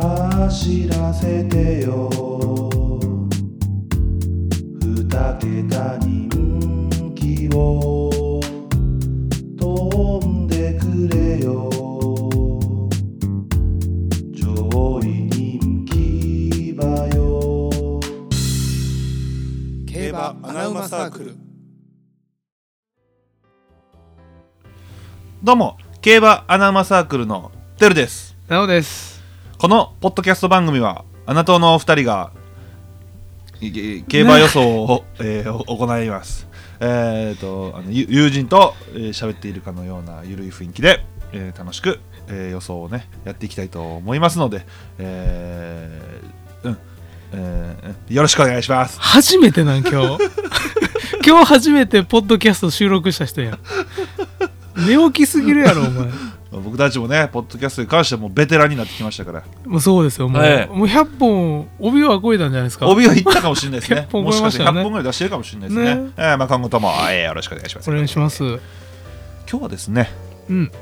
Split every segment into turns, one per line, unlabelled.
走らせてよ二桁人気を飛んでくれよ上位人気馬よ
競馬アナウマサークル
どうも、競馬アナウマサークルのてるです。
なおです
このポッドキャスト番組は、アナ党のお二人が、いい競馬予想を、えーお行います。えー、とあのゆ友人と喋、えー喋っているかのようなゆるい雰囲気で、えー楽しく、えー予想をねやっていきたいと思いますので、えーうんえーよろしくお願いします。
初めてなん今日 今日初めてポッドキャスト収録した人やん寝起きすぎるやろお前
僕たちもね、ポッドキャストに関してはもうベテランになってきましたから、
もうそうですよもう,、
ええ
もう100本帯は超えたんじゃないですか
帯をいったかもしれない ですね。
結構
も
覚
しかし
えましてた
100
よね
本ぐらい出してるかもしれないですね。
ね
えーまあ、今後とも、えーよろしくお願いします。
お願いします
今日はですね、
うん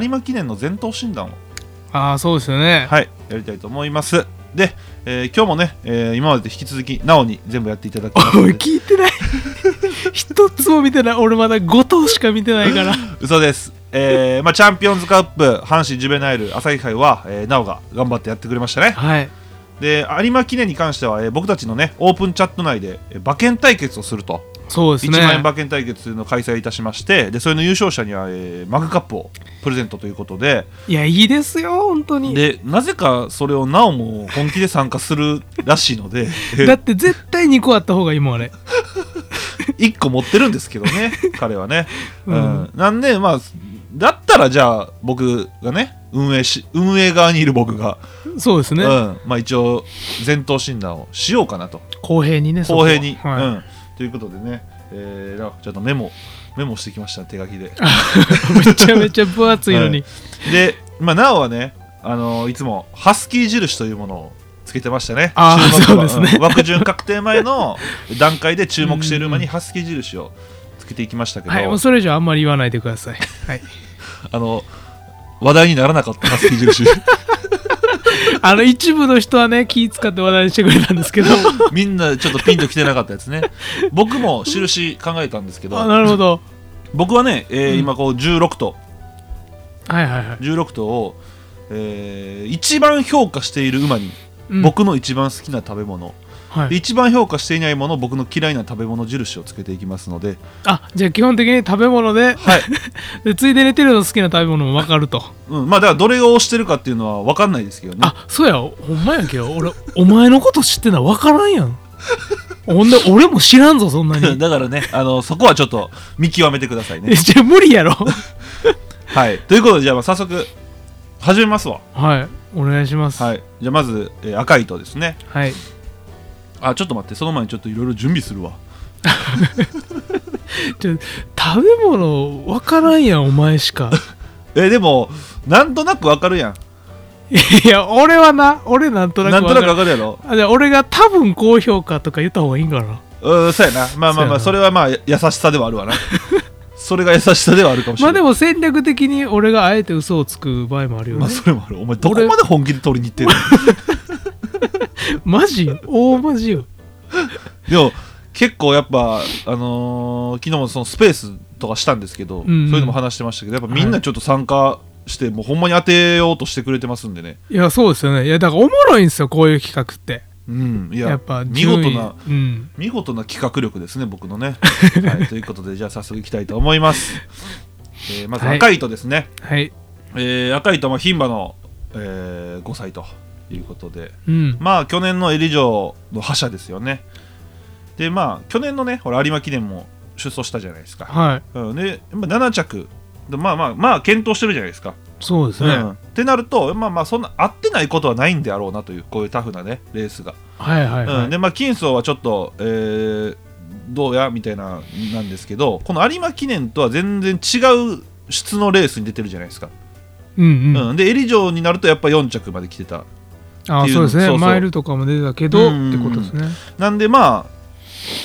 有馬記念の前頭診断を、
ああそうですよね、
はい、やりたいと思います。で、えー今日もね、えー今までと引き続き、なおに全部やっていただきます
お
の
い
で、
聞いてない一つも見てない俺まだ5頭しか見てないから
嘘です。えーまあ、チャンピオンズカップ、阪神ジュベナイル、朝日杯は、えーなおが頑張ってやってくれましたね。
はい
で、有馬記念に関しては、えー僕たちのね、オープンチャット内で、えー馬券対決をすると、
そうです
1
ね
万円馬券対決の開催いたしまして、で、それの優勝者には、えーマグカップをプレゼントということで、
いやいいですよ本当に
で、なぜかそれをなおも本気で参加するらしいので、
だ って絶対2個あった方がいいもんあれ
1個持ってるんですけど ね彼はね、う
うんん
なんでまあだったらじゃあ僕がね運営し運営側にいる僕が、
そうですね、
うんまあ、一応前頭診断をしようかなと
公平にねそこ
公
は
平に、
は
う
い
ん、ということでね、えーちょっとメモメモしてきました手書きで
めちゃめちゃ分厚いのに、
で、まあ、なおはねあのいつもハスキー印というものをつけてましたね
あー
注目馬
そうですね
ん枠順確定前の段階で注目している馬にハスキー印をつけていきましたけど、
はい、もうそれ以上あんまり言わないでくだ さい。はい、
あの話題にならなかったハスキー 印
あの一部の人はね、気使って話題にしてくれたんです けど、
みんなちょっとピンときてなかったやつね僕も印考えたんですけど
あなるほど。
僕はね、えー
うん
今こう16頭
はいはいはい。
16頭を、えー一番評価している馬に、
うん、
僕の一番好きな食べ物
は い、
一番評価していないもの僕の嫌いな食べ物印をつけていきますので、
あじゃあ基本的に食べ物で、
はい
でついで寝てるの好きな食べ物も分かると。
うん、まあだからどれを押してるかっていうのは分かんないですけどね
あそうや、ほんまやけど、俺、お前のこと知ってんの分からんやん。ほんで、俺も知らんぞ、そん なに。
だからねあのそこはちょっと見極めてください
え
ね
じゃあ無理 やろ。
はいということでじゃあまあ早速始めますわ
はい、お願いします。
はい、じゃあまず、えー赤い糸ですね
はい、
あちょっと待ってその前にちょっといろいろ準備するわ
ちょ食べ物分からんやん、お前 しか。
えーでもなんとなくわかるやん
いや、俺はな、俺なんとなく
なんと
分か
な
る
くわかるやろ
あじゃあ俺が多分高評価とか言った方がいいんかな
うんそうやなまあまあまあそ
そう
れはまあや優しさではある わなそれが優しさではあるかもし
ま
れ
あ
な
で
い
も戦略的に俺があえて嘘をつく場合もあるよ
まあ
ね、
それもあるお前どこまで本気で取りに行ってる
マジ大マジよ
でも結構やっぱあのー昨日もそのスペースとかしたんですけど、
んうん
そういうのも話してましたけどやっぱみんなちょっと参加して、もうほんまに当てようとしてくれてますんでね
いやそうですよねいやだからおもろいんですよこういう企画って
うんい
や
や
っぱ
見
順位
事な
うん
見事な企画力ですね僕の ね、はい、ということでじゃあ早速いきたいと思います、えーまず
はい
赤い糸ですね、
はい
えー赤い糸は牝馬の、えー5歳ということで
うん
まあ去年のエリジョの覇者ですよねでまあ去年のねほら有馬記念も出走したじゃないですか、
はい
うん、でまあ7着でまあまあまあ検討してるじゃないですか、
そうです
う
ね、
ん、ってなるとまあまあそんな合ってないことはないんであろうなというこういうタフなねレースが
はいはいはい、
うん、でまあ金層はちょっと、えーどうやみたいななんですけどこの有馬記念とは全然違う質のレースに出てるじゃないですか、
うん
う
うん
んでエリジョになるとやっぱ4着まで来てた
あそうですね
そうそう
マイルとかも出てたけど
うん
ってことですね
なんでまあ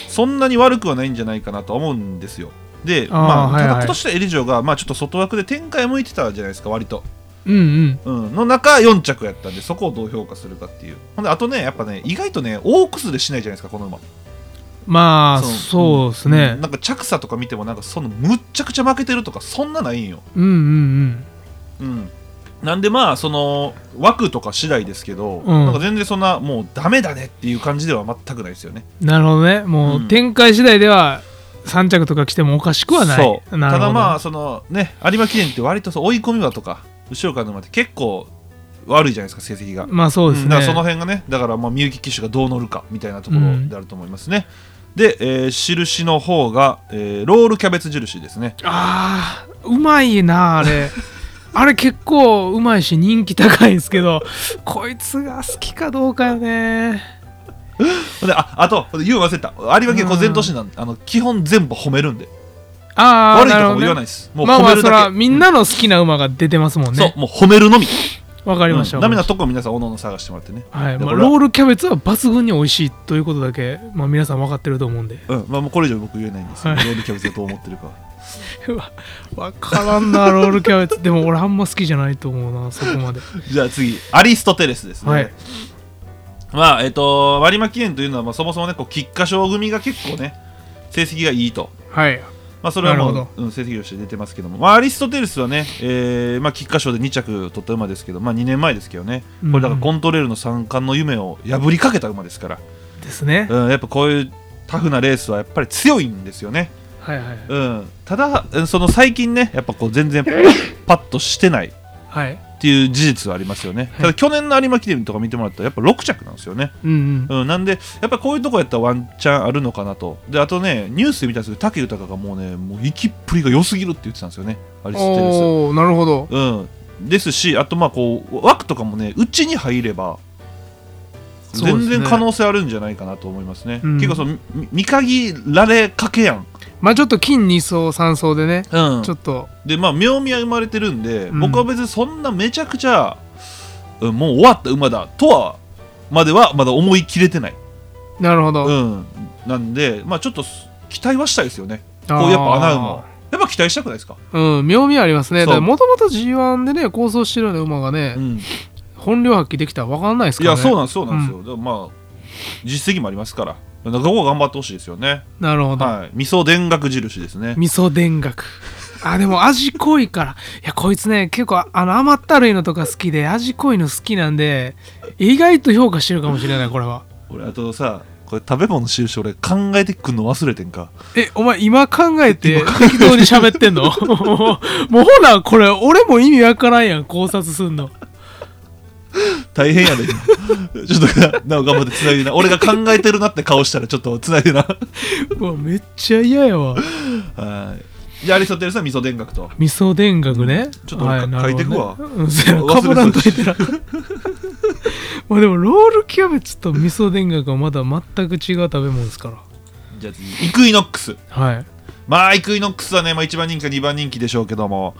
そんなに悪くはないんじゃないかなとは思うんですよで
あー
まあ
は
た
いはい
だ今年はエリジョが、まあ、ちょっと外枠で展開向いてたじゃないですか割と、
ううんうん
うん、の中4着やったんでそこをどう評価するかっていうほんであとねやっぱね意外とね大崩れしないじゃないですかこの馬
まあ
の
そうです
う
ね
んなんか着差とか見てもなんかそのむっちゃくちゃ負けてるとかそんなないんよ
うんうん
うんなんでまあその枠とか次第ですけど、
うん
なんか全然そんなもうダメだねっていう感じでは全くないですよね
うんなるほどねも
う
うん展開次第では3着とか来てもおかしくはない
そう
なる
た
ほ
だ
ど
まあそのね有馬記念って割とそう追い込み馬とか後ろからの馬って結構悪いじゃないですか成績が
まあそうです
ん
ね、
だからその辺がねだからまあみゆき騎手がどう乗るかみたいなところであると思いますね、で、えー印の方が、えーロールキャベツ印ですね
あーうまいな あれあれ結構うまいし人気高いんですけどこいつが好きかどうかよね
でああと言うの忘れた有馬記念
うん
全都市なんあの基本全部褒めるんで
ああ
悪いとかも言わない
い
です、もう
まあ
褒
ま
め
あ
る
そ
だけ、
らみんなの好きな馬が出てますもん
そう
ね
もう褒めるのみ
わかりました、
うんダメなとこ皆さんおのおの探してもらってね
はい
だ
まあ、
から
ロールキャベツは抜群に美味しいということだけ、まあ、皆さん分かってると思うんで
うんまあもうこれ以上僕言えないんですけど、
は
ロールキャベツをどう思ってるかは
わ分からんなロールキャベツでも俺あんま好きじゃないと思うなそこ まで
じゃあ次アリストテレスですね、
はい
まあえっ、と有馬記念というのは、まあ、そもそもねこう菊花賞組が結構ね成績がいいと、
はい
まあ、それはも
なる
う
ほ、
うん、成績として出てますけども、まあ、アリストテレスはね、えーまあ、菊花賞で2着取った馬ですけど、まあ、2年前ですけどねこれだか
う
ら
ん
コントレールの三冠の夢を破りかけた馬ですから、
ですね
うん、やっぱこういうタフなレースはやっぱり強いんですよね、
はいはい
うん、ただうんその最近ねやっぱこう 全然パッとしてない
はい
っていう事実はありますよね。ただ去年の有馬記念とか見てもらったらやっぱ6着なんですよね。
うんうん
うん、なんでやっぱこういうとこやったらワンチャンあるのかなと。であとねニュースで見たんですけど武豊がもうねもう息っぷりが良すぎるって言ってたんですよねアリステレ
おおなるほど
ス。うん、ですしあとまあこう枠とかもねうちに入れば
そうで
全
すね
然可能性あるんじゃないかなと思いますね。
うん
結構そのみ見限られかけやん。
まあちょっと金2層3層でね、
うん
ちょっと
でまあ妙味は生まれてるんで、
うん
僕は別にそんなめちゃくちゃ、うんもう終わった馬だとはまではまだ思い切れてない、
なるほど、
うん、なんでまあちょっとす期待はしたいですよね
あー
こうやっぱ穴馬やっぱ期待したくないですか、
うん妙味ありますね
そう
だからもともと G1 でね構想してるような馬がね、
うん、い
本領発揮できたら分かんないですから
や
ね
そうなんですそうなんですよ、でもまあ実績もありますからなんかここは頑張ってほしいですよね、
なるほど、
はい味噌田楽印ですね
味噌田楽あでも味濃いからいやこいつね結構あの甘ったるいのとか好きで味濃いの好きなんで意外と評価してるかもしれないこれは
俺あとさこれ食べ物の印俺考えてくんの忘れてんか
えお前今考えて適当に喋ってんの もうほらこれ俺も意味わからんやん考察すんの
大変やで、今 ちょっとなお頑張ってつないでな俺が考えてるなって顔したらちょっとつないでな
うわめっちゃ嫌やわ
はいじゃあアリストテレスは味噌田楽 と
味噌田楽ね
ちょっと俺か
なるほどね
書いてくわ
うんそうや
忘
な
れ
か
そう
ぶらんといてなまあでもロールキャベツと味噌田楽はまだ全く違う食べ物ですから
じゃあ次イクイノックス
はい
まあイクイノックスはね、まあ、1番人気か2番人気でしょうけども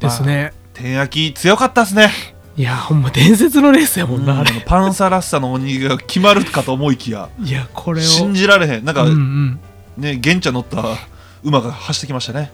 ですね
天焼き強かったっすね
いやほんま伝説のレースやもんな、あれ
あのパンサラッサの鬼が決まるかと思いきや
いやこれを
信じられへんなんか、
うんうん
ね玄ちゃん乗った馬が走ってきましたね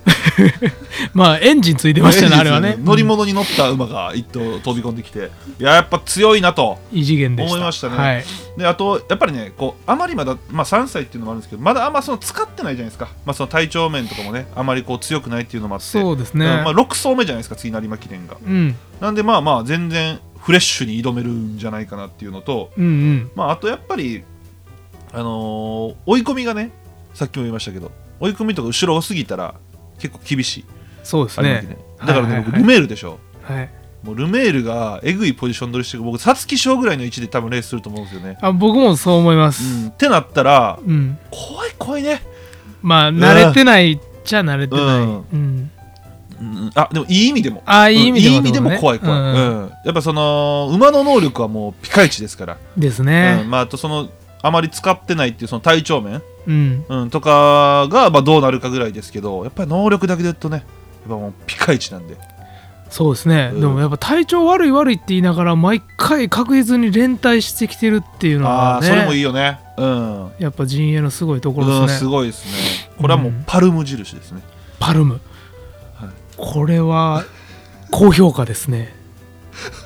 まあエンジンついてましたねあれはね
乗り物に乗った馬が一頭飛び込んできていややっぱ強いなと
異次元でした
思いましたね
はい、
であとやっぱりねこうあまりまだ、まあ、3歳っていうのもあるんですけどまだあんまその使ってないじゃないですか、まあ、その体調面とかもねあまりこう強くないっていうのもあって
そうですね
だからまあ、6走目じゃないですか次の有馬記念が
うん
なんでまあまあ全然フレッシュに挑めるんじゃないかなっていうのと、
うんうん
まあ、あとやっぱり、あのー追い込みがねさっきも言いましたけど追い込みとか後ろを過ぎたら結構厳しい
そうです
有馬記念、
ね
だからね、
はいはいはい
僕ルメールでしょ
はい
もうルメールがえぐいポジション取りして僕皐月賞ぐらいの位置で多分レースすると思うんですよね、
あ僕もそう思いま
うん、
す
ってなったら
うん、
怖い怖いね
まあ慣れてないっちゃ慣れてない、
うん
うん
うんあでもいい意味でも
ああいい意味
うんい
でも、
い意味でも怖い怖い、
う
うんんやっぱその馬の能力はもうピカイチですから、
です
うん
ね
まあ、あとそのあまり使ってないっていうその体調面、
うん、
うん、とかが、まあ、どうなるかぐらいですけどやっぱり能力だけで言うとねやっぱもうピカイチなんで
そうですね、
うん
でもやっぱ体調悪い悪いって言いながら毎回確実に連帯してきてるっていうの
あ
は
あ
ね
それもいいよねうん
やっぱ陣営のすごいところ
うん
です
す
ね、
ごいですねこれはもう
うん
パルム印ですね、
パルム、
はい
これは高評価ですね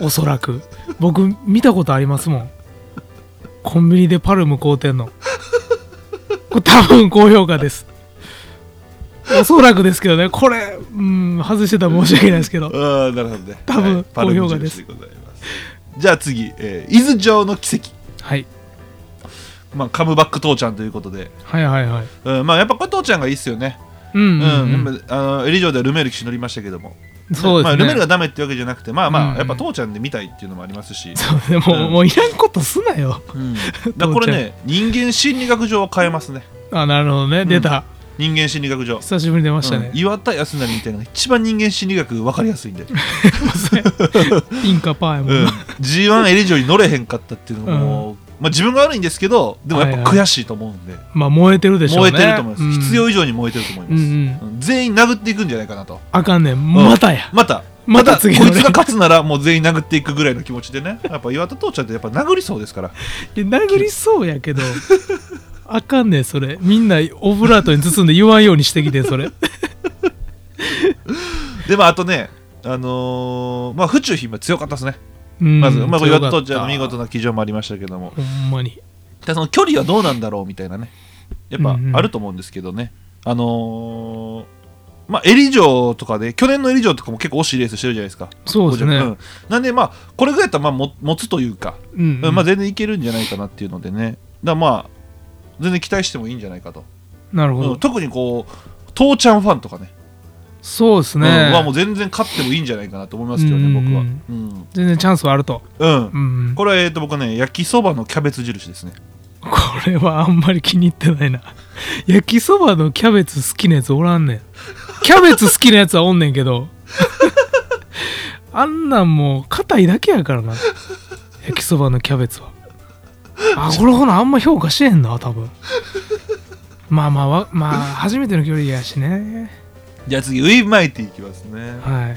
おそらく僕見たことありますもんコンビニでパルム買うてんのこれ多分高評価ですおそらくですけどねこれうん外してたら申し訳ないですけど
ああなるほどね
多分
はいパルム
高評価です
印でございますじゃあ次、えー伊豆城の奇跡、
はい
まあ、カムバック父ちゃんということで、
はいはいはい
うんまあ、やっぱこれ父ちゃんがいいっすよね、
うん
う
うんん、う
や
ん
っぱあのエリ城ではルメール騎士乗りましたけども
そう
まあ、
です
ルメー
ね、
ルがダメってわけじゃなくてまあまあ、
うん
やっぱ父ちゃんで見たいっていうのもありますし、
そうでも、
うん
もういらんことすなよ
うんだからこれね人間心理学上は変えますね
あなるほどね、
ん
出た
人間心理学上
久しぶりに出ましたね
うん、岩田康成みたいなのが一番人間心理学分かりやすいんで、
インカパーやもんな、
G1 エリジョに乗れへんかったっていうのももう、まあ、自分が悪いんですけどでもやっぱ悔しいと思うんで、
まあ燃えてるでしょ
燃
うね
えてると思います、
うん
必要以上に燃えてると思います、
うん
うん全員殴っていくんじゃないかなと
あかんねんまたや、
また
ま
こ
た
い
次
つ
のね
が勝つならもう全員殴っていくぐらいの気持ちでねやっぱ岩田父ちゃんってやっぱ殴りそうですから
いや殴りそう やけどあかんねんそれみんなオブラートに包んで言わんようにしてきてん それ
でもあとねあのーまあ府中姫強かったですね、ま
ま
ず、まあ、岩田父ちゃんの見事
な
な騎乗もありましたけども
ほんまに
ただその距離はどうなんだろうみたいなねやっぱ
うんうん
あると思うんですけどね、あのーまあエリ城とかで去年のエリ城とかも結構惜しいレースしてるじゃないですか
そうですね
んなんでまあこれぐらいやったらまあも持つというか、
うん、
まあ、全然いけるんじゃないかなっていうのでねだからまあ全然期待してもいいんじゃないかと、
なるほど、
うん特にこう父ちゃんファンとかね
そうですね、
うんはもう全然勝ってもいいんじゃないかなと思いますけどね、
うん
僕は
全然チャンスはあると、
うん、うん
うん、こ
これはえっと僕ね焼きそばのキャベツ印ですね
れはあんまり気に入ってないな焼きそばのキャベツ好きなやつおらんねんキャベツ好きなやつはおんねんけどあんなんもう硬いだけやからな焼きそばのキャベツはあこれほなあんま評価してへんな多分まあまあわまあ初めての距離やしね
じゃあ次ウィンマイティいきますね
はい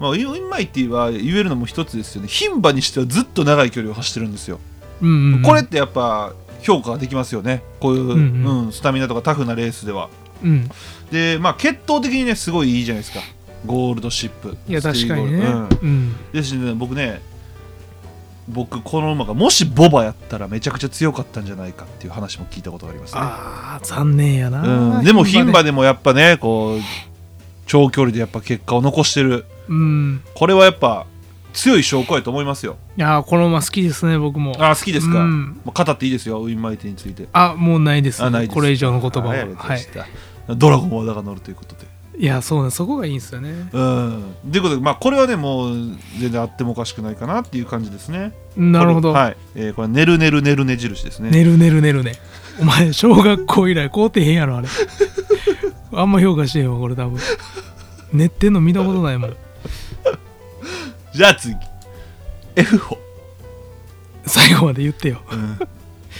まあ、ウィンマイティは言えるのも一つですよね牝馬にしてはずっと長い距離を走ってるんですよ、
うんうんうん
これってやっぱ評価ができますよねこういう、う
うんんう
スタミナとかタフなレースでは
うん
でまあ血統的にねすごいいいじゃないですかゴールドシップ
いや確かに
スティ
ね
ーゴールドうん
うん
ですしね僕ね僕この馬がもしボバやったらめちゃくちゃ強かったんじゃないかっていう話も聞いたことがありますね
あー残念やな、
うん、でも牝馬
ね
でもやっぱねこう長距離でやっぱ結果を残してる
うん
これはやっぱ強い証拠やと思いますよ
いやーこの馬好きですね僕も
あ好きですか、
うん
まあ、語っていいですよウィンマイティについて
あもうないです,、
あないです
これ以上の言葉は、
は
はい
あ
い
りがとうございました、ドラゴンはだが乗るということで
い、やそうなんそこがいいんですよね
うんということでまあこれはねもう全然あってもおかしくないかなっていう感じですね
なるほど、
これはい、えーこれはねるねるねるね印ですね
寝る寝る寝るねお前小学校以来買うてへんやろあれあんま評価してへんわこれ多分寝てんの見たことないもん
じゃあ次 F 歩、
最後まで言ってよ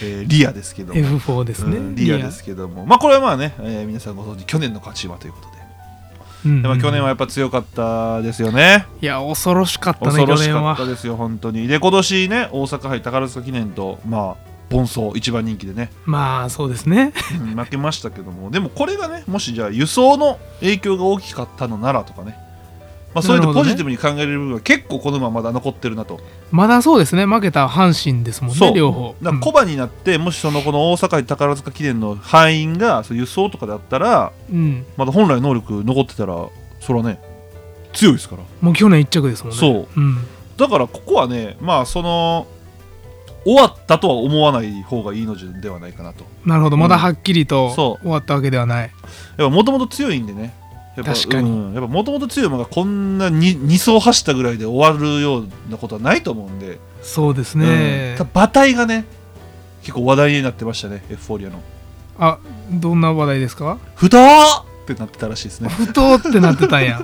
えーリアですけども
F4 ですね、
うんリアですけどもまあこれはまあね、えー皆さんご存知去年の勝ち馬ということで、
うんうん
でまあ去年はやっぱ強かったですよね
いや恐ろしかったね
恐
去
ろし
年
かった
は
ですよ本当にで今年ね大阪杯宝塚記念とまあ盆走一番人気でね、
まあそうですね
うん負けましたけどもでもこれがねもしじゃあ輸送の影響が大きかったのならとかねまあ、そういうの
なるほど
ポ
ね
ジティブに考えれる部分は結構この馬まだ残ってるなと、
まだそうですね負けた阪神ですもん
そ
ね
う
両方
だから小馬になってもしそのこの大阪杯宝塚記念の敗因がそう輸送とかだったら
うん、うん
まだ本来能力残ってたらそれはね強いですから、
もう去年一着ですもんね
そう
うん
だからここはねまあその終わったとは思わない方がいいのではないかなと
なるほど、
うん
まだはっきりと
そう
終わったわけではな
や
い
っぱもともと強いんでねやっぱ
確かに
うんやっぱもともと強い馬がこんなに2走走ったぐらいで終わるようなことはないと思うんで、
そうですね、
うんただ馬体がね結構話題になってましたねエフフォーリアの
あどんな話題ですか
「ふたー!」ってなってたらしい ですね
不当ってな ってたんや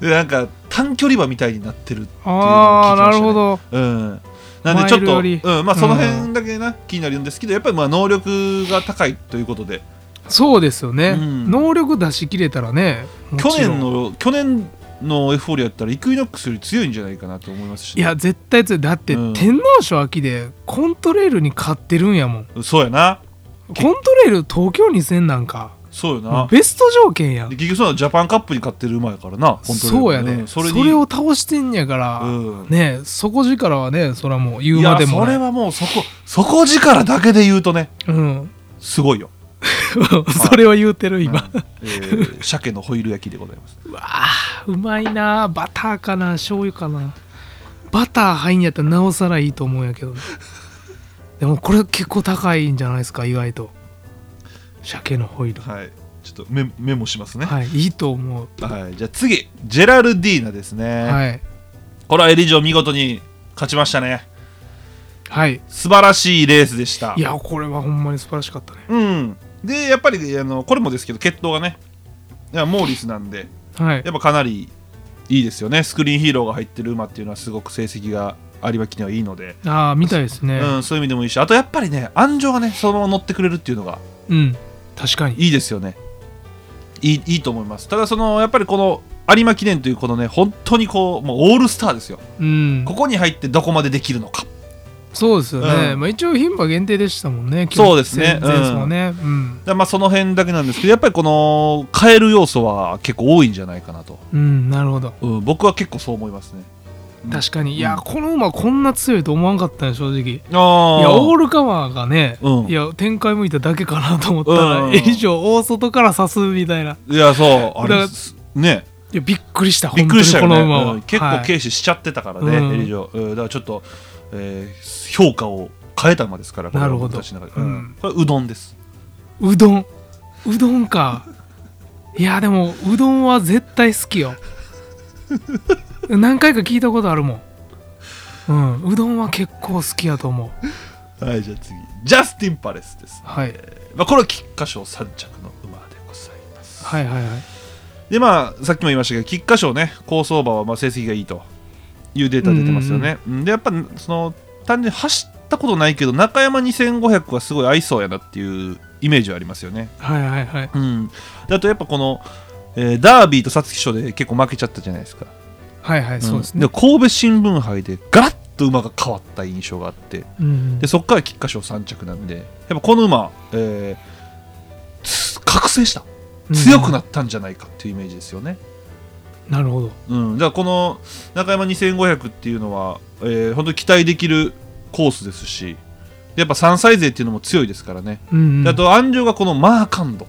でなんか短距離馬みたいになってる
ああ、なるほど
うん、なんでちょっと、
マイルより
うんまあ、その辺だけな、気になるんですけどやっぱりまあ能力が高いということで
そうですよね、
うん
能力出し切れたらねもち
去
ろ
年
ん
の去年のエフフォーリアやったらイクイノックスより強いんじゃないかなと思いますし
い
ね、
や絶対強いだって、
うん
天皇賞秋でコントレールに勝ってるんやもん
そうやな
コントレール東京2000なんか
そうよ
もう
な
ベスト条件やん
で結局そうなのジャパンカップに勝ってる馬やからな本当に
そうやで、
ん
そ
そ
れ
れに
を倒してんやから、
うん
ね底力はねそれはもう言う
い
ま
や
でも
そ
ない
れはもうそこ底力だけで言うとね
うん
すごいよ
それは言うてる今、
うんえー鮭のホイル焼きでございます
うわあうまいなあバターかな醤油かなバター入んやったらなおさらいいと思うんやけどでもこれ結構高いんじゃないですか意外と鮭のホイルは
はいちょっとメメモします
い、
ね
い、いと思う
はい、じゃあ次ジェラルディーナですね、
はい
これはエリジョ見事に勝ちましたね
はい
素晴らしいレースでした
いやこれはほんまに素晴らしかったね
うんでやっぱりあのこれもですけど血統がねいやモーリスなんで
はい
やっぱかなりいいですよねスクリーンヒーローが入ってる馬っていうのはすごく成績が有馬記念はいいので、
ああみたいですね
うん、そういう意味でもいいしあとやっぱりね安城がねそのまま乗ってくれるっていうのが
うん、確かに
いいですよねいいいいと思いますただそのやっぱりこの有馬記念というこのね本当にこうもうオールスターですよ
うん
ここに入ってどこまでできるのか
そうですよね、
うん
まあ一応牝馬限定でしたもんね
そうですね
前前走はねうん、
でまあその辺だけなんですけどやっぱりこの変える要素は結構多いんじゃないかなと、
うん、なるほど
うん、僕は結構そう思いますねうん
確かに、いや
うん
この馬こんな強いと思わんかったね正直
あ
いやオー
ル
ルカマーがね、
うん
いや展開向いただけかなと思ったら、
うん
以上大外から刺すみたいない
やそうあ
だから
れすね
いやびっくりした
びっくりしたよ
本
ね、
当にこの馬は、
うん結構
はい
軽視しちゃってたからね、
うん
エリジョ、うんだからちょっと、えー評価を変えた馬ですからこれは
なるほど
僕たちの中で、う
うん
ん、これうどんです
うどんうどんかいやでもうどんは絶対好 きよ何回か聞いたことあるもんうん、うどんは結構好きやと思う
はいじゃあ次ジャスティン・パレスです、
はい
まあ、これは菊花賞3着の馬でございます
はいはいはい
でまあさっきも言いましたけど菊花賞ね高層馬はまあ成績がいいというデータ出てますよね、うんでやっぱその単純に走ったことないけど中山2500はすごい合いそうやなっていうイメージはありますよね
はいはいはい
うんであとやっぱこの、えーダービーと皐月賞で結構負けちゃったじゃないですか、
はいはいそうですね
ん神戸新聞杯でガラッと馬が変わった印象があって
うん
でそっから菊花賞3着なんでやっぱこの馬、えーつ覚醒した強くなったんじゃないかっていうイメージですよね、
うんなるほど
うん、だからこの中山2500っていうのは、えー本当に期待できるコースですしやっぱ3歳勢っていうのも強いですからね、
うん
であと安城がこのマーカンド、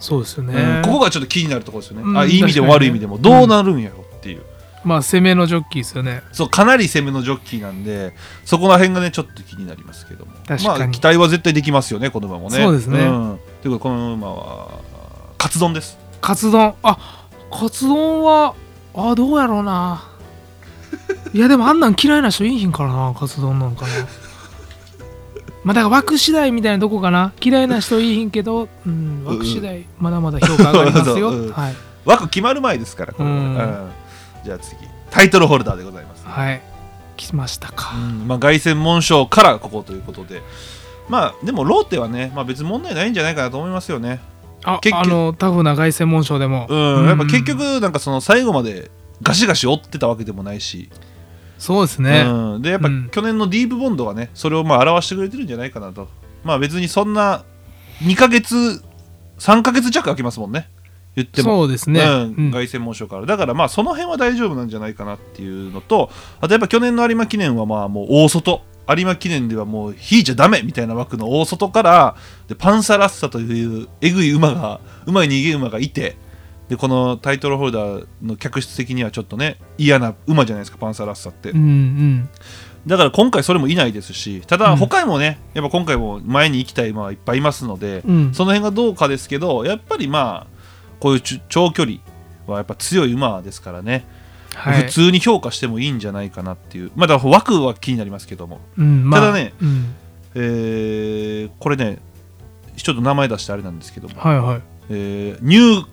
そうですよね、
うんここがちょっと気になるところですよね、
うん
あいい意味でも
確か
悪
にね
い意味でもどうなるんやろっていう、
まあ攻めのジョッキーですよね
そうかなり攻めのジョッキーなんでそこら辺がねちょっと気になりますけども
確かに
まあ、期待は絶対できますよねこの馬もね
そうですね
んということでこの馬はカツ丼です
カツ丼あカツ丼はあどうやろうないやでもあんなん嫌いな人いいひんからなカツ丼なんかなまあだから枠次第みたいなとこかな嫌いな人いいひんけど、うん、枠次第まだまだ評価上がりますよ、
そううん
はい、
枠決まる前ですからこれはね
うん
うんじゃあ次タイトルホルダーでございます
はい、来ましたか、
うんまあ、凱旋門賞からここということで、まあ、でもローテはね、まあ、別に問題ないんじゃないかなと思いますよね。
あ
結
あ
局
のタフな凱旋門賞でも、
うん、やっぱ結局、なんかその最後までガシガシ追ってたわけでもないし、
そうですね、
うん、でやっぱ
うん
去年のディープボンドがね、それをまあ表してくれてるんじゃないかなと。まあ別にそんな2ヶ月、3ヶ月弱空きますもんね、言っても。
そうですね、
うん
うん
凱旋門賞からだからまあその辺は大丈夫なんじゃないかなっていうのとあとやっぱ去年の有馬記念はまあもう大外有馬記念ではもう引いちゃダメみたいな枠の大外からでパンサラッサというえぐい馬がうまい逃げ馬がいてでこのタイトルホルダーの客室的にはちょっとね嫌な馬じゃないですかパンサラッサって、
うんうん
だから今回それもいないですした
う
だ
ん
他にもね、やっぱ今回も前に行きたい馬はいっぱいいますので、
うん
その辺がどうかですけどやっぱりまあこういうちゅ長距離はやっぱ強い馬ですからね、
はい
普通に評価してもいいんじゃないかなっていうまあだから枠は気になりますけども、
うんまあ、
ただね
うん、
えーこれねちょっと名前出してあれなんですけども、
はいはい
えーニュー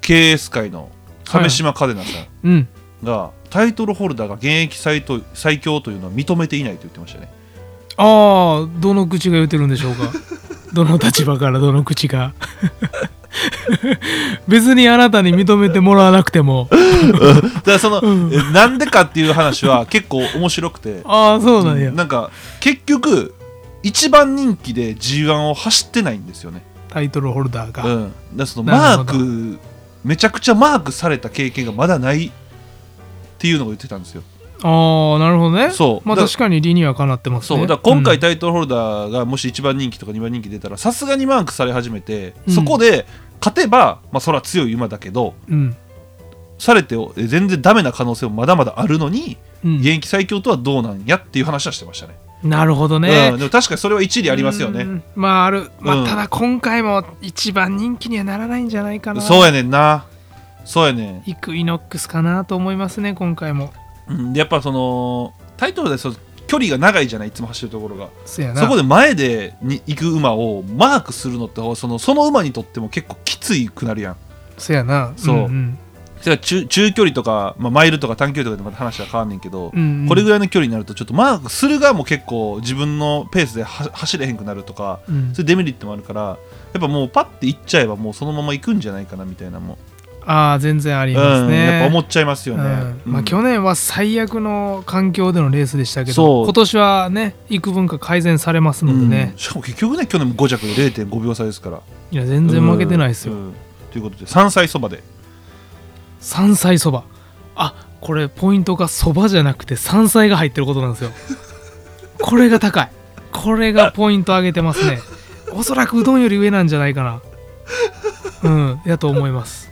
ケース界の鮫島嘉手納さ
うん
んが、タイトルホルダーが現役最と最強というのは認めていないと言ってましたね
ああどの口が言ってるんでしょ うかどの立場からどの口が 別にあなたに認めてもらわなくても
だからその、
うん
えなんでかっていう話 は結構面白くて
ああそうなんや、
なんか結局一番人気で G1 を走ってないんですよね
タイトルホルダーが、
うん、だからその
な
マ
るほ
ー
ど
クめちゃくちゃマークされた経験がまだないっていうのを言ってたんですよ
ああなるほどね
そう
まあ
だ
確かに理にはかなってます
そう
ね
だから今回
うん
タイトルホルダーがもし1番人気とか2番人気出たらさすがにマークされ始めて、
うん
そこで勝てば、まあ、それは強い馬だけど
うん
されてえ全然ダメな可能性もまだまだあるのに、
うん
現役最強とはどうなんやっていう話はしてましたね、
なるほどね、
うん、でも確かにそれは一理ありますよ
う
ね
んまあある、まあ
うん
ただ今回も一番人気にはならないんじゃないかな
そうやねんなそうやねん
イクイノックスかなと思いますね今回も
うんでやっぱそのタイトルでその距離が長いじゃないいつも走るところが
そやな
そこで前でに行く馬をマークするのってそのその馬にとっても結構きついくなるやん
そやな
そう
うん
それは中中距離とか、まあ、マイルとか短距離とかでまた話は変わんねんけど、
うんうん
これぐらいの距離になるとちょっとマークする側も結構自分のペースでは走れへんくなるとか
うん
そういうデメリットもあるからやっぱもうパッて行っちゃえばもうそのまま行くんじゃないかなみたいなもん
ああ全然あります
うん、
ね、
やっぱ思っちゃいますよね、
うんま
う
あ、
ん
去年は最悪の環境でのレースでしたけ
そう
ど今年はね幾分か改善されますのでね
うん、、しかも結局ね去年も5着で0.5秒差ですから
いや全然負けてないですよ、
うんうんということで山菜そばで
山菜そばあこれポイントがそばじゃなくて山菜が入ってることなん ですよこれが高いこれがポイント上げてますねおそらくうどんより上なんじゃないかなうんやと思います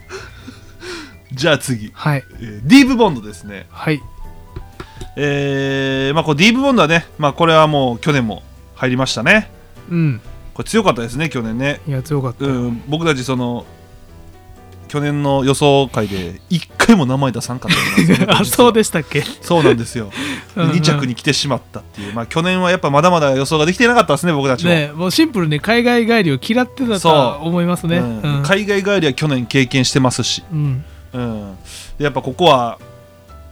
じゃあ次、
はい
えーディーブボンドですね
はい
えーまあこうディーブボンドはね、まあ、これはもう去年も入りましたね
うん
これ強かったですね去年ね
いや強かった、
うん僕たちその去年の予想会で一回も名前出さんかったんですよね
あそうでしたっけ
そうなんですよで
うんうん
2着に来てしまったっていう、まあ、去年はやっぱまだまだ予想ができてなかったですね僕たちも、
ねもうシンプルに海外帰りを嫌ってたとは思いますね
うん
うん
海外帰りは去年経験してますし
うん
うん、でやっぱここは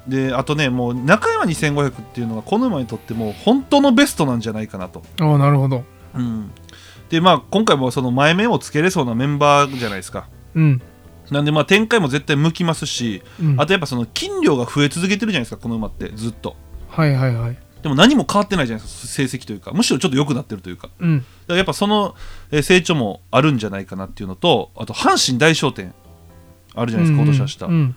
であとねもう中山2500っていうのがこの馬にとってもう本当のベストなんじゃないかなと、
ああなるほど
うん、でまあ今回もその前面をつけれそうなメンバーじゃないですか
うん、
なんでまあ展開も絶対向きますし
うん、
あとやっぱその金量が増え続けてるじゃないですかこの馬ってずっと
はいはいはい
でも何も変わってないじゃないですか成績というかむしろちょっと良くなってるというかだか
うん
らやっぱそのえー成長もあるんじゃないかなっていうのとあと阪神大商店あるじゃないですか今年はした、
うん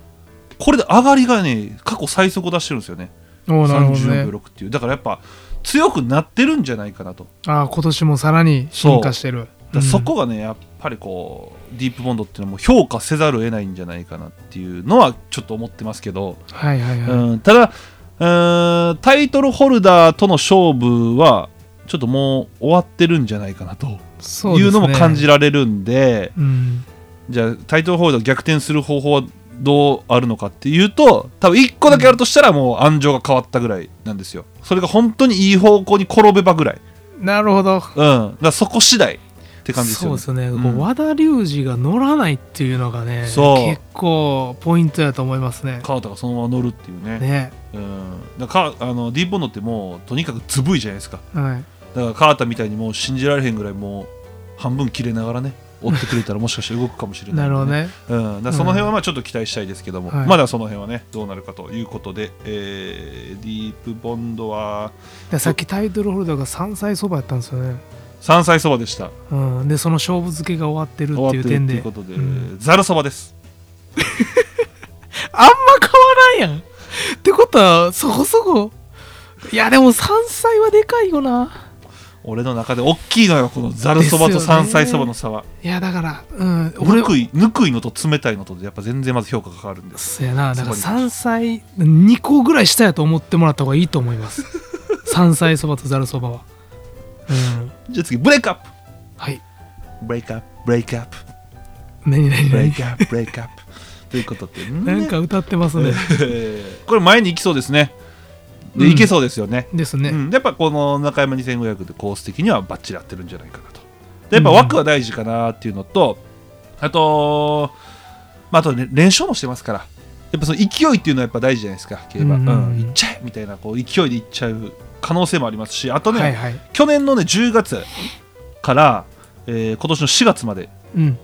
これで上がりがね過去最速を出してるんですよね
うん、おーなるほどね
34秒6っていうだからやっぱ強くなってるんじゃないかなと
ああ今年もさらに進化してる
だからそこがね、やっぱりこうディープボンドっていうのも評価せざるを得ないんじゃないかなっていうのはちょっと思ってますけど、
うんはいはいはい、
うん、ただうーんタイトルホルダーとの勝負はちょっともう終わってるんじゃないかなと
そ
いうのも感じ
る、
られるんで
うん、
じゃあタイトルホルダーを逆転する方法はどうあるのかっていうと多分1個だけあるとしたらもう安城が変わったぐらいなんですよそれが本当にいい方向に転べばぐらい
なるほど
うん、だからそこ次第って感じですよね。
そうですね、
ん
こう和田龍二が乗らないっていうのがね
そう
結構ポイントやと思いますね
川田がそのまま乗るっていうね。
ね
うん、だからかあのディープボンドってもうとにかくずぶいじゃないですか。
はい
だから川田みたいにもう信じられへんぐらいもう半分切れながらね追ってくれたらもしかして動くかもしれな
な
ん
いる
で
ほど。ね
うん、だからその辺はまあちょっと期待したいですけども、
はい
まだその辺はねどうなるかということで、えーディープボンドは
でさっきタイトルホルダーが山菜そばやったんですよね、
山菜そばでした
うん、でその勝負付けが終わってる
終
って
わっ
い
て
う
る
点
ってい
で
うことで、
うん
ざるそばです
あんま変わらんやんってことはそこそこいやでも山菜はでかいよな
俺の中で大きいのよこのざるそばと山菜そばの差は、
いやだからうん
ぬ
俺
くいぬくいのと冷たいのとでやっぱ全然まず評価が変わるんです
そやなだから
そばに
山菜2個ぐらい下やと思ってもらった方がいいと思 います山菜そばとざるそばはうん
じゃあ次ブレイクアップ
はい
ブレイクアップブレイクアップ
何何
ブレイ
何
クアップブレイクアップ ということで
なんか歌ってますね
これ前に行きそうですねで、
うん
行けそうですよね
ですね、
うん、やっぱこの中山2500でコース的にはバッチリ合ってるんじゃないかなとでやっぱ枠は大事かなっていうのと、あと、まあ、あと、ね、連勝もしてますからやっぱその勢いっていうのはやっぱ大事じゃないですか競馬、う
うんん
行っちゃえみたいなこう勢いで行っちゃう可能性もありますしあとね、
はいはい
去年のね10月から、えー今年の4月まで
うん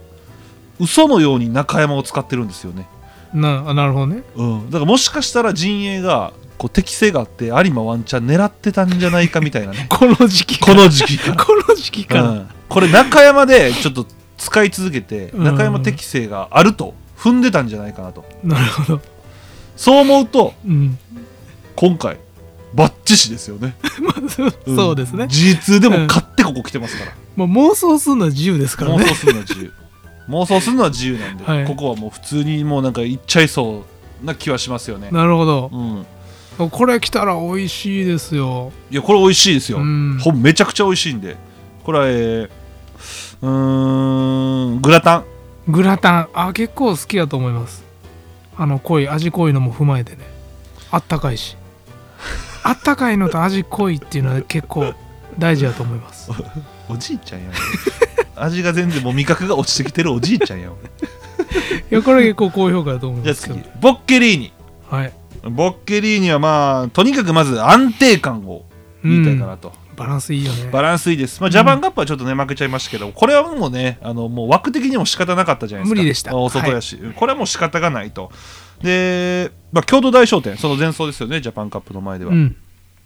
嘘のように中山を使ってるんですよね、
なあなるほどね
うん、だからもしかしたら陣営がこう適性があって有馬ワンチャン狙ってたんじゃないかみたいなね
この時期か
この時期から
この時期から、
うんこれ中山でちょっと使い続けて
うん
中山適性があると踏んでたんじゃないかなと
なるほど
そう思うと
うん
今回バッチシですよね、
まあそ
ん
そうですね、
G2 でも勝ってここ来てますから、
まあ、妄想するのは自由ですから
妄
ね
想するのは 自由妄想するのは自由なんで、
はい
ここはもう普通にもうなんかいっちゃいそうな気はしますよね
なるほど
うん
これ来たら美味しいですよ
いやこれ美味しいですよ、
うん
ほんめちゃくちゃ美味しいんでこれはえー、うーんグラタン
グラタンあ結構好きだと思いますあの濃い味濃いのも踏まえてねあったか いしあったかいのと味濃いっていうのは結構大事だと思います
おじいちゃんやん味が全然もう味覚が落ちてきてるおじいちゃんやん
いやこれ結構高評価だと思い
じゃ
ま
あ
すけど
次ボッケリーニ
はい、
ボッケリーニはまあとにかくまず安定感を言いたいかなと、
バランスいいよね
バランスいいです、まあ、ジャパンカップはちょっとね負けちゃいましたけどこれはもうねあのもう枠的にも仕方なかったじゃないですか
無理でした
お外やし、これはもう仕方がないとで、まあ、京都大商店その前走ですよねジャパンカップの前では、
うん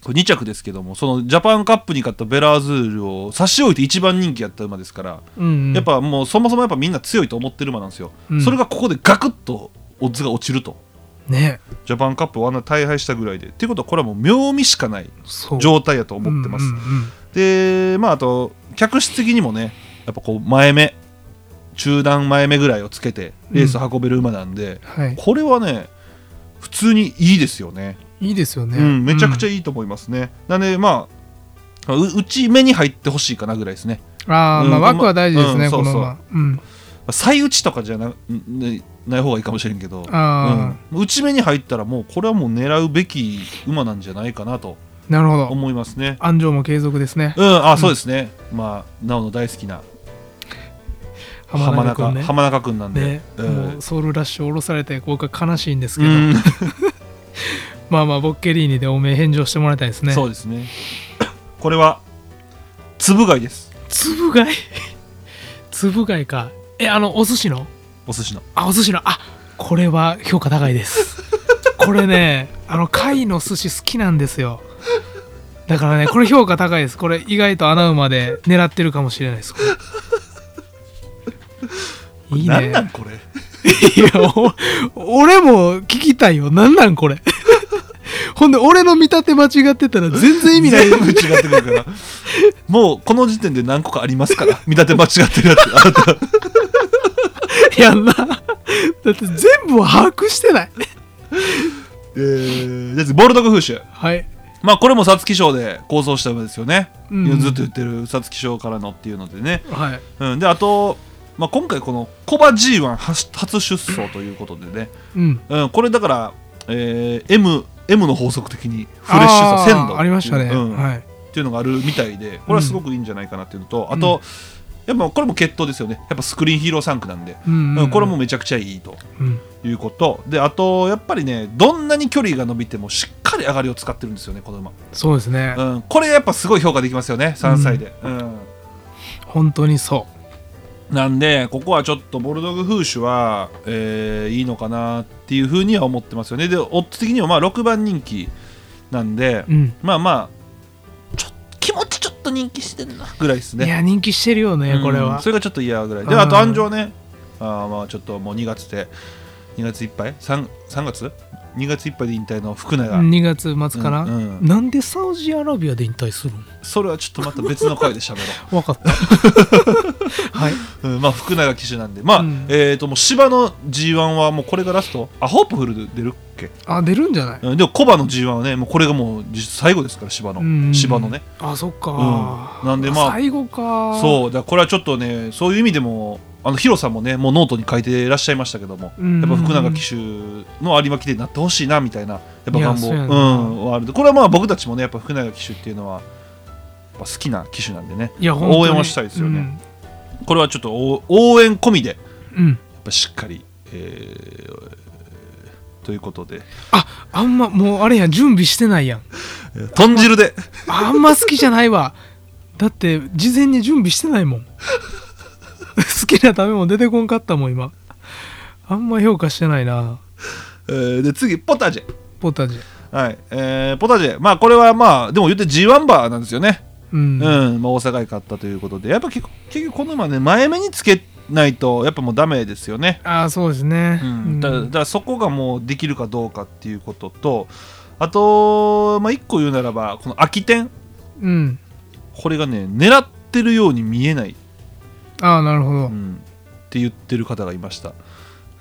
これ2着ですけどもそのジャパンカップに勝ったベラーズールを差し置いて一番人気やった馬ですから、
うんうん、
やっぱもうそもそもやっぱみんな強いと思ってる馬なんですよ、
うん
それがここでガクッとオッズが落ちると
ね
ジャパンカップをあんな大敗したぐらいでっていうことはこれはもう妙味しかない
そう
状態やと思ってます、
うんうん
でまああと客室的にもねやっぱこう前目中段前目ぐらいをつけてレース運べる馬なんで、
うんはい、
これはね普通にいいですよね
いいですよね、
うん、めちゃくちゃ
いい、
いいと思いますね。なんで、まあ、う内目に入ってほしいかなぐらいですね。
ああまあ
うん
枠は大事ですね、
うん
この
そうそう
馬うん
最内とかじゃななない方がいいかもしれんけど、
あ
うん内目に入ったら、もうこれはもう狙うべき馬なんじゃないかなと
なるほど
思いますね。
安城も継続ですね
うん、あ、そうですね。まあ、なおの大好きな
浜
浜
中
中
君ね
浜中君なんで。
ね、
うん
もうソウルラッシュ降ろされて僕は悲しいんですけ
う
ど、
ん
まあまあボッケリーニでおめえ返上してもらいたいですね
そうですね。これは、粒貝です。
粒貝 粒貝かえあのお寿司の
お寿司の。
あお寿司のあこれは評価高いです これねあの貝の寿司好きなんですよだからねこれ評価高いですこれ意外と穴馬で狙ってるかもしれないですこれいい
なん
ね
なんこれ。
いや、お俺も聞きたいよ。なんなんこれ。 ほんで、俺の見立て間違ってたら全然意 味ない。
全部違ってくる からもうこの時点で何個かありますから見立て間違ってるや つあなた
やんな。だって全部を把握してない。
えーでボルドグフーシュ
はい。
まあこれも皐月賞で構想した馬ですよね、
うん
ずっと言ってる皐月賞からのっていうのでね、
はい。
うん、であと、まあ、今回このコバ G1 初初出走ということでね、
うん。
うん、これだから、えー M, M の法則的にフレッシュ
あ
さ
ー
鮮度
ありましたね。
うん
はい。
っていうのがあるみたいでこれはすごくいいんじゃないかなっていうのと、あとやっぱこれも決闘ですよねやっぱスクリーンヒーロー3区なんで、
うん
うんこれも、めちゃくちゃいいと
うん。
いうことであとやっぱりねどんなに距離が伸びてもしっかり上がりを使ってるんですよねこの馬、
そうですね。
うん、これやっぱすごい評価できますよね3歳で、うん
本当にそ
なんでここはちょっとボルドグフーシュは、えーいいのかなっていうふうには思ってますよねでオッズ的にはまあ6番人気なんで、
う。うん。
まあまあちょ気持ちちょっと人気してんなぐらいですね
いや、人気してるよね、これ
うん
は
そ。れがちょっと嫌ぐらいで
うん
あと安城ねあーまあちょっともう2月で2月いっぱい 3, 3月2月いっぱいで引退の福永、
2月末かな、
うんうん
なんでサウジアラビアで引退するの
それはちょっとまた別の回で喋ろ
わかった。はい。
う、うんまあ福永騎手なんでまあ、
うん
えっ、ともう芝の G1 はもうこれがラストあホープフルで出るっけ、
あ、出るんじゃない
うん、でもコバの G1 はねもうこれがもう実質最後ですから芝
うん
の芝のね
あそっか、
うんなんでまあ
最後か
そうだからこれはちょっとねそういう意味でもあのヒロさんもねもうノートに書いていらっしゃいましたけども、
うん
やっぱ福永騎手の有馬記念になってほしいなみたいなやっぱ願
いや
望、
そううやなん
はあるでこれはまあ僕たちもねやっぱ福永騎手っていうのはやっぱ好きな騎手なんでね
いや本当に
応援はしたいですよね、これはちょっと応応援込みでや
うん、うん
っぱしっかり、えーということで
ああんまもうあれやん準備してないやん
豚汁で
あんま好きじゃないわだって事前に準備してないもん好きな食べ物出てこんかったもん今あんま評価してないな
えーで次ポタジェ
ポタジェ
はいえーポタジェまあこれはまあでも言って G1 バーなんですよね
うん、
うんまあ、大阪へ勝ったということでやっぱ結構結局この馬ね前目につけないとやっぱもうダメですよね、
ああそうですね、
うん、だだからそこがもうできるかどうかっていうこととあと、まあ、1個言うならばこの空き店
うん
これがね狙ってるように見えない、
ああなるほど
う、ん、って言ってる方がいました、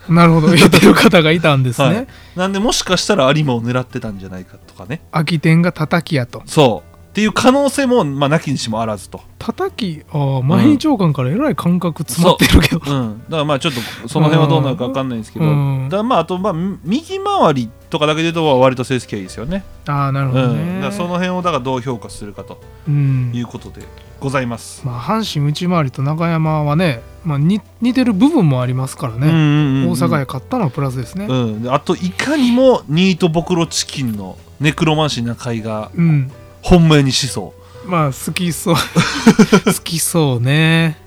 なる ほど言ってる方がいたんですね、
はい、なんでもしかしたら有馬を狙ってたんじゃないかとかね
空き店が叩きやと
そうっていう可能性も、まあ、なきにしもあらず と、
叩きああ毎日長官からえらい感覚詰まってるけど、
うん、だからまあちょっとその辺はどうなるか分かんないんですけど、
うん
だからまああとまあみ右回りとかだけで言うと割と成績はいいですよね、
ああなる
う
ほ
ん
どね、
だからその辺をだからどう評価するかと
うん
いうことでございます、
まあ、阪神内回りと中山はね、まあ、に似てる部分もありますから
うんうん
ね、
うんうん
大阪へ勝ったのはプラスですね
うん、であといかにもニートボクロチキンのネクロマンシー中井が
うん、
本命にしそ
まあ好きそ う好きそうね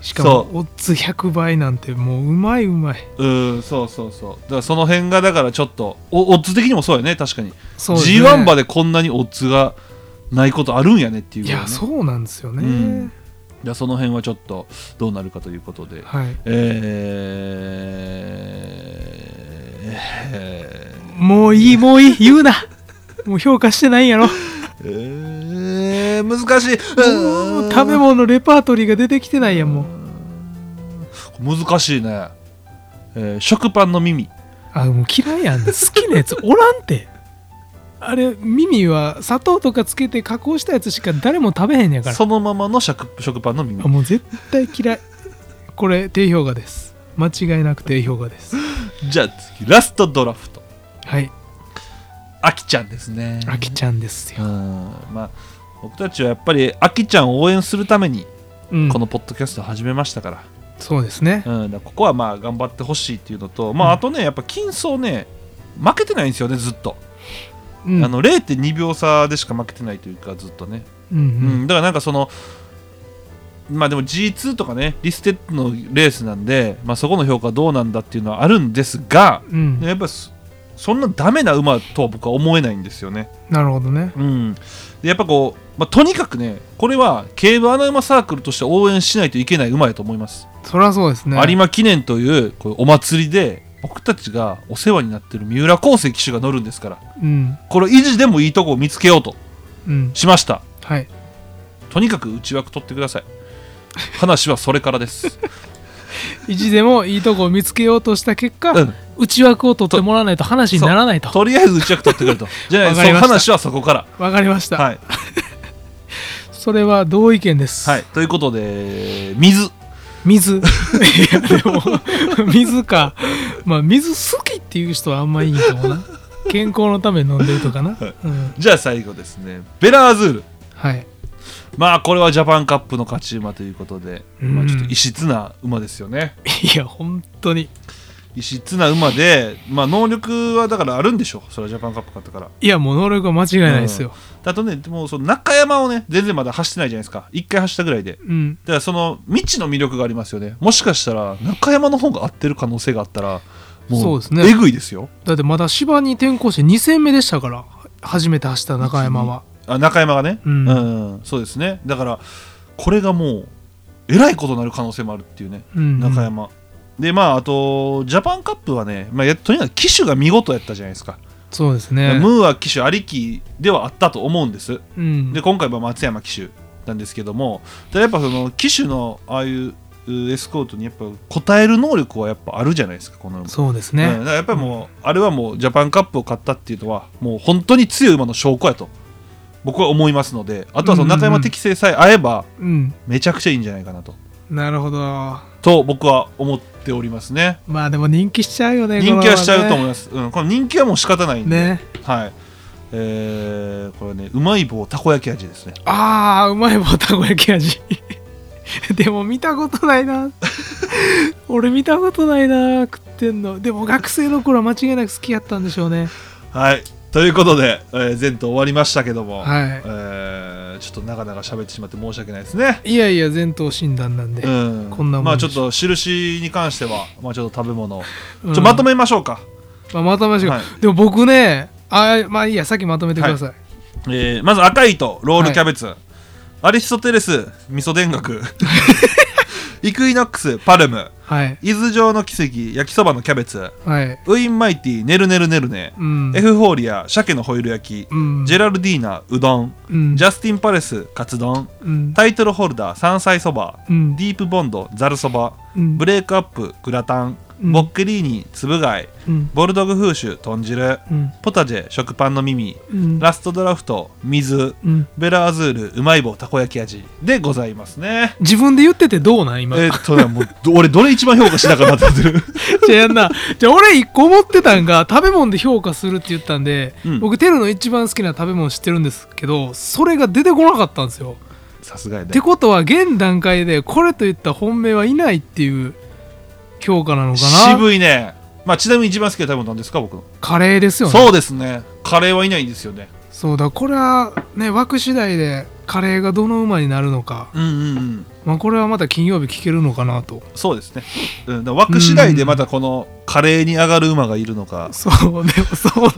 しか
そ
もオッズ100倍なんてもううまいうまいう
うんそうそうそうだからその辺がだからちょっとおオッズ的にもそうよね確かに、
そうですね
G1 馬でこんなにオッズがないことあるんやねっていう
い
ぐら
や
ね
そうなんですよね、
うんじゃあその辺はちょっとどうなるかということで、
はい
えー、
もういいもういい言うなもう評価してないんやろ
えー、難しい
もう食べ物レパートリーが出てきてないやんもう
難しいね、えー食パンの耳
あもう嫌いやん好きなやつおらんてあれ耳は砂糖とかつけて加工したやつしか誰も食べへんねやから
そのままの食食パンの耳
あもう絶対嫌いこれ低評価です間違いなく低評価です
じゃあ次ラストドラフト
はい
あきちゃんですね
あきちゃんです
う
よ、
んまあ僕たちはやっぱりあきちゃんを応援するために
うん、
このポッドキャストを始めましたから、
そうですね
うん、だからここはまあ頑張ってほしいっていうのと、まあ、
うん
あとね、やっぱ金層ね、負けてないんですよね、ずっと。
うん
あの0.2秒差でしか負けてないというか、ずっとね。
うんう
うん
ん
だからなんかその、まあでも G2 とかね、リステッドのレースなんで、まあ、そこの評価どうなんだっていうのはあるんですが、
うん、
やっぱそそんなダメな馬とは僕は思えないんですよね。
なるほどね
うん、でやっぱこう、まあ、とにかくね、これは競馬穴馬サークルとして応援しないといけない馬やと思います。
そりゃそうですね
有馬記念というこういうお祭りで僕たちがお世話になってる三浦航生騎手が乗るんですから
うん
これを維持でもいいとこを見つけようと
うん
しました
はい
とにかく内枠取ってください話はそれからです
意地でもいいとこを見つけようとした結果、
うん
内枠を取ってもらわないと話にならないと
とりあえず内枠取ってくるとじゃあ
わ
そ
かり
の
ました
話はそこか
わかりました、
らはい、
それは同意見です
はい、ということで水
水 いやでも水かまあ水好きっていう人はあんまいいんかもな健康のために飲んでるとかな、うん、
じゃあ最後ですねベラアズール
はい
まあこれはジャパンカップの勝ち馬ということで、まあ、ちょっと異質な馬ですよね
いや本当に
異質な馬で、まあ、能力はだからあるんでしょそれはジャパンカップ勝ったから
いやもう能力は間違いないですよ
あとね、もうその中山をね、全然まだ走ってないじゃないですか。一回走ったぐらいで。だ
うん、うん
からその未知の魅力がありますよね。もしかしたら中山の方が合ってる可能性があったら、もう
そうですね
えぐいですよ。
だってまだ芝に転向して2戦目でしたから初めて走った中山は
あ中山がね、
うん
うんそうですね。だから、これがもう、えらいことになる可能性もあるっていうね、
うん
中山。で、まあ、あと、ジャパンカップはね、まあ、やとにかく騎手が見事やったじゃないですか。
そうですね
ムーは騎手ありきではあったと思うんです。
うん
で今回は松山騎手なんですけどもでやっぱその騎手のああいううエスコートにやっぱ応える能力はやっぱあるじゃないですかこの馬
そうです
うんだ
ね
からやっぱりもうあれはもうジャパンカップを勝ったっていうのはもう本当に強い馬の証拠やと僕は思いますのであとはその中山適正さえ合えば
うん
めちゃくちゃいいんじゃないかなと
なるほど
と僕は思っておりますね
まあでも人気しちゃうよね
人気はしちゃうと思
う
います、うん、この人気はもう仕方ないんで、
ね
はいえー、これねうまい棒たこ焼き味ですね
ああうまい棒たこ焼き味 でも見たことないな 俺見たことないな食ってんのでも学生の頃は間違いなく好きやったんでしょうね
はい。ということで、えー、前途終わりましたけども、
はい
えーちょっと長々喋ってしまって申し訳ないですね。
いやいや前頭診断なんで、
うん、
こんなもん
まあ
で
ち
し
ょっと印に関しては、まあ、ちょっと食べ物、
うん
ちょまとめましょうか、
まあまとめましょう、
はい
でも僕ねあーまあいいやさっきまとめてください、
えーまず 赤い糸ロールキャベツ、アリストテレス味噌田楽いイクイノックスパルム
はい
伊豆城の奇跡焼きそばのキャベツ
はい
ウインマイティねるねるねるね、
うん
エフフォーリア鮭のホイル焼き、
うん
ジェラルディーナうどん、
うん
ジャスティンパレスカツ丼
うん
タイトルホルダー山菜そば、
うん
ディープボンドざるそば、
うん
ブレイクアップグラタン、
うん
ボッケリーニつぶ貝
うん
ボルドグフーシュ豚汁、
うん
ポタジェ食パンの耳、
うん
ラストドラフト水、
うん
ベラアズールうまい棒たこ焼き味でございますね
自分で言っててどうなん今
えーっとねもうど俺どれ一番評価しなかったってる
じゃあやんなじゃあ俺一個思ってたんが食べ物で評価するって言ったんで、
うん
僕テルの一番好きな食べ物知ってるんですけどそれが出てこなかったんですよ、
さすがや
っ
ね
てことは現段階でこれといった本命はいないっていう評価なのかな
渋いねまあちなみに一番好きな食べ物なんですか僕の
カレーですよね
そうですねカレーはいないんですよね
そうだこれはね枠次第でカレーがどの馬になるのか、
うんうんうん
まあ、これはまた金曜日聞けるのかなと
そうですね、うん、だから枠次第でまたこのカレーに上がる馬がいるのか、
そうでもそうそう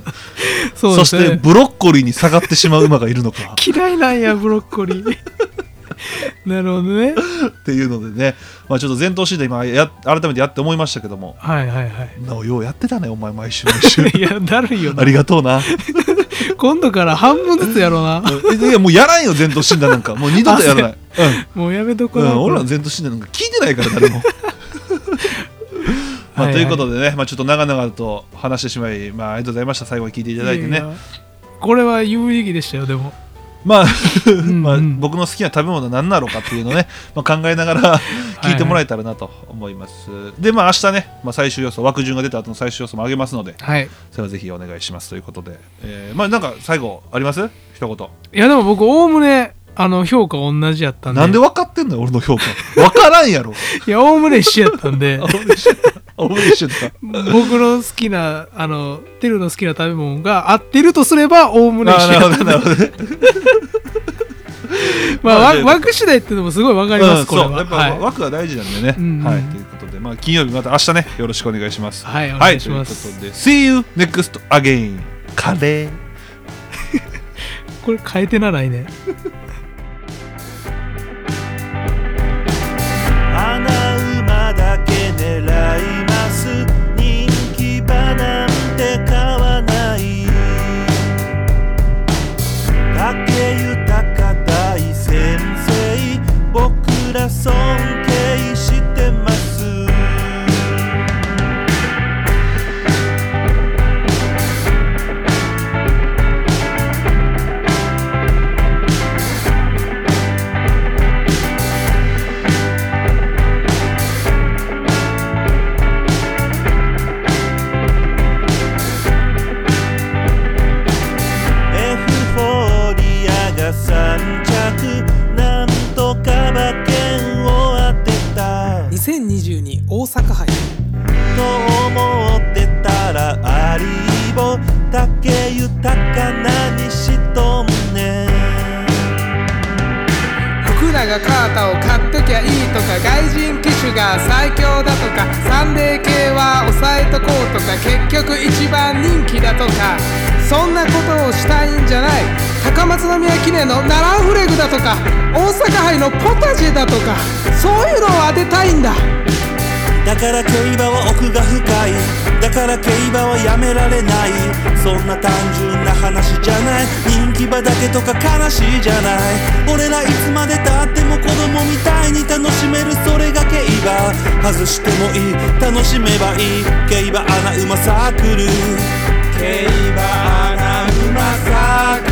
そ
で
し
す
て
ね
ブロッコリーに下がってしまう馬がいるのか
嫌いなんやブロッコリー なるほどね
っていうのでね、 まあ、ちょっと前頭診断今や改めてやって思いましたけども
はいはいはい
なおようやってたねお前毎週毎週
いやだるいよ
あ
な
りがとうな
今度から半分ずつやろうな
えいやもうやらんよ前頭診断なんかもう二度とやらない、
もうやめとこ
うん
う
う
な、
ん、俺ら
こ
の
れ
前頭診断なんか聞いてないから誰 もまあ、
はいはい
ということでね、まあ、ちょっと長々と話してしまい、まあ、ありがとうございました最後に聞いていただいてね
ややこれは有意義でしたよでも
まあ、
ん
まあ
うん
僕の好きな食べ物は何なのかっていうのをね まあ考えながら 聞いてもらえたらなと思います、でまあ明日ね、まあ、最終予想枠順が出た後の最終予想も上げますので
はい
それはぜひお願いしますということで、えーまあなんか最後あります一言
いやでも僕おおむねあの評価同じやったんで
なんで分かってんのよ俺の評価分からんや ろ
いやおおむね一緒やったんで
俺一緒だ俺一緒だ
僕の好きなあのテルの好きな食べ物が合ってるとすればおおむね一
あ
緒
な
や
る
っ
ほ
た
どなるほど ね
まあ
まあ
わ
で
枠次第っていうのもすごいわかります、
うん
これ
そう
は
やっぱ、
は
枠が大事なんでね、
うん
はいということでまあ金曜日また明日ねよろしくお願いします
はいお願いします
ということで See you next again カレー
い、これ変えてな来年
穴馬だけ狙います人気馬なんて買わない竹豊大先生僕ら尊敬してますエフフォーリアが3着なんとか馬券を当てた
2022大阪杯
と思ってたらアリーボ竹豊かなにしとんね
福永カータを買っときゃいいとか外人機種が最強だとかサンデー系は抑えとこうとか結局一番人気だとかそんなことをしたいんじゃない高松宮記念のナランフレグだとか大阪杯のポタジェだとかそういうのを当てたいんだ
だから競馬は奥が深いだから競馬はやめられないそんな単純な話じゃない人気馬だけとか悲しいじゃない俺らいつまでたっても子供みたいに楽しめるそれが競馬外してもいい楽しめばいい競馬アナウマサークル競馬アナウマサークル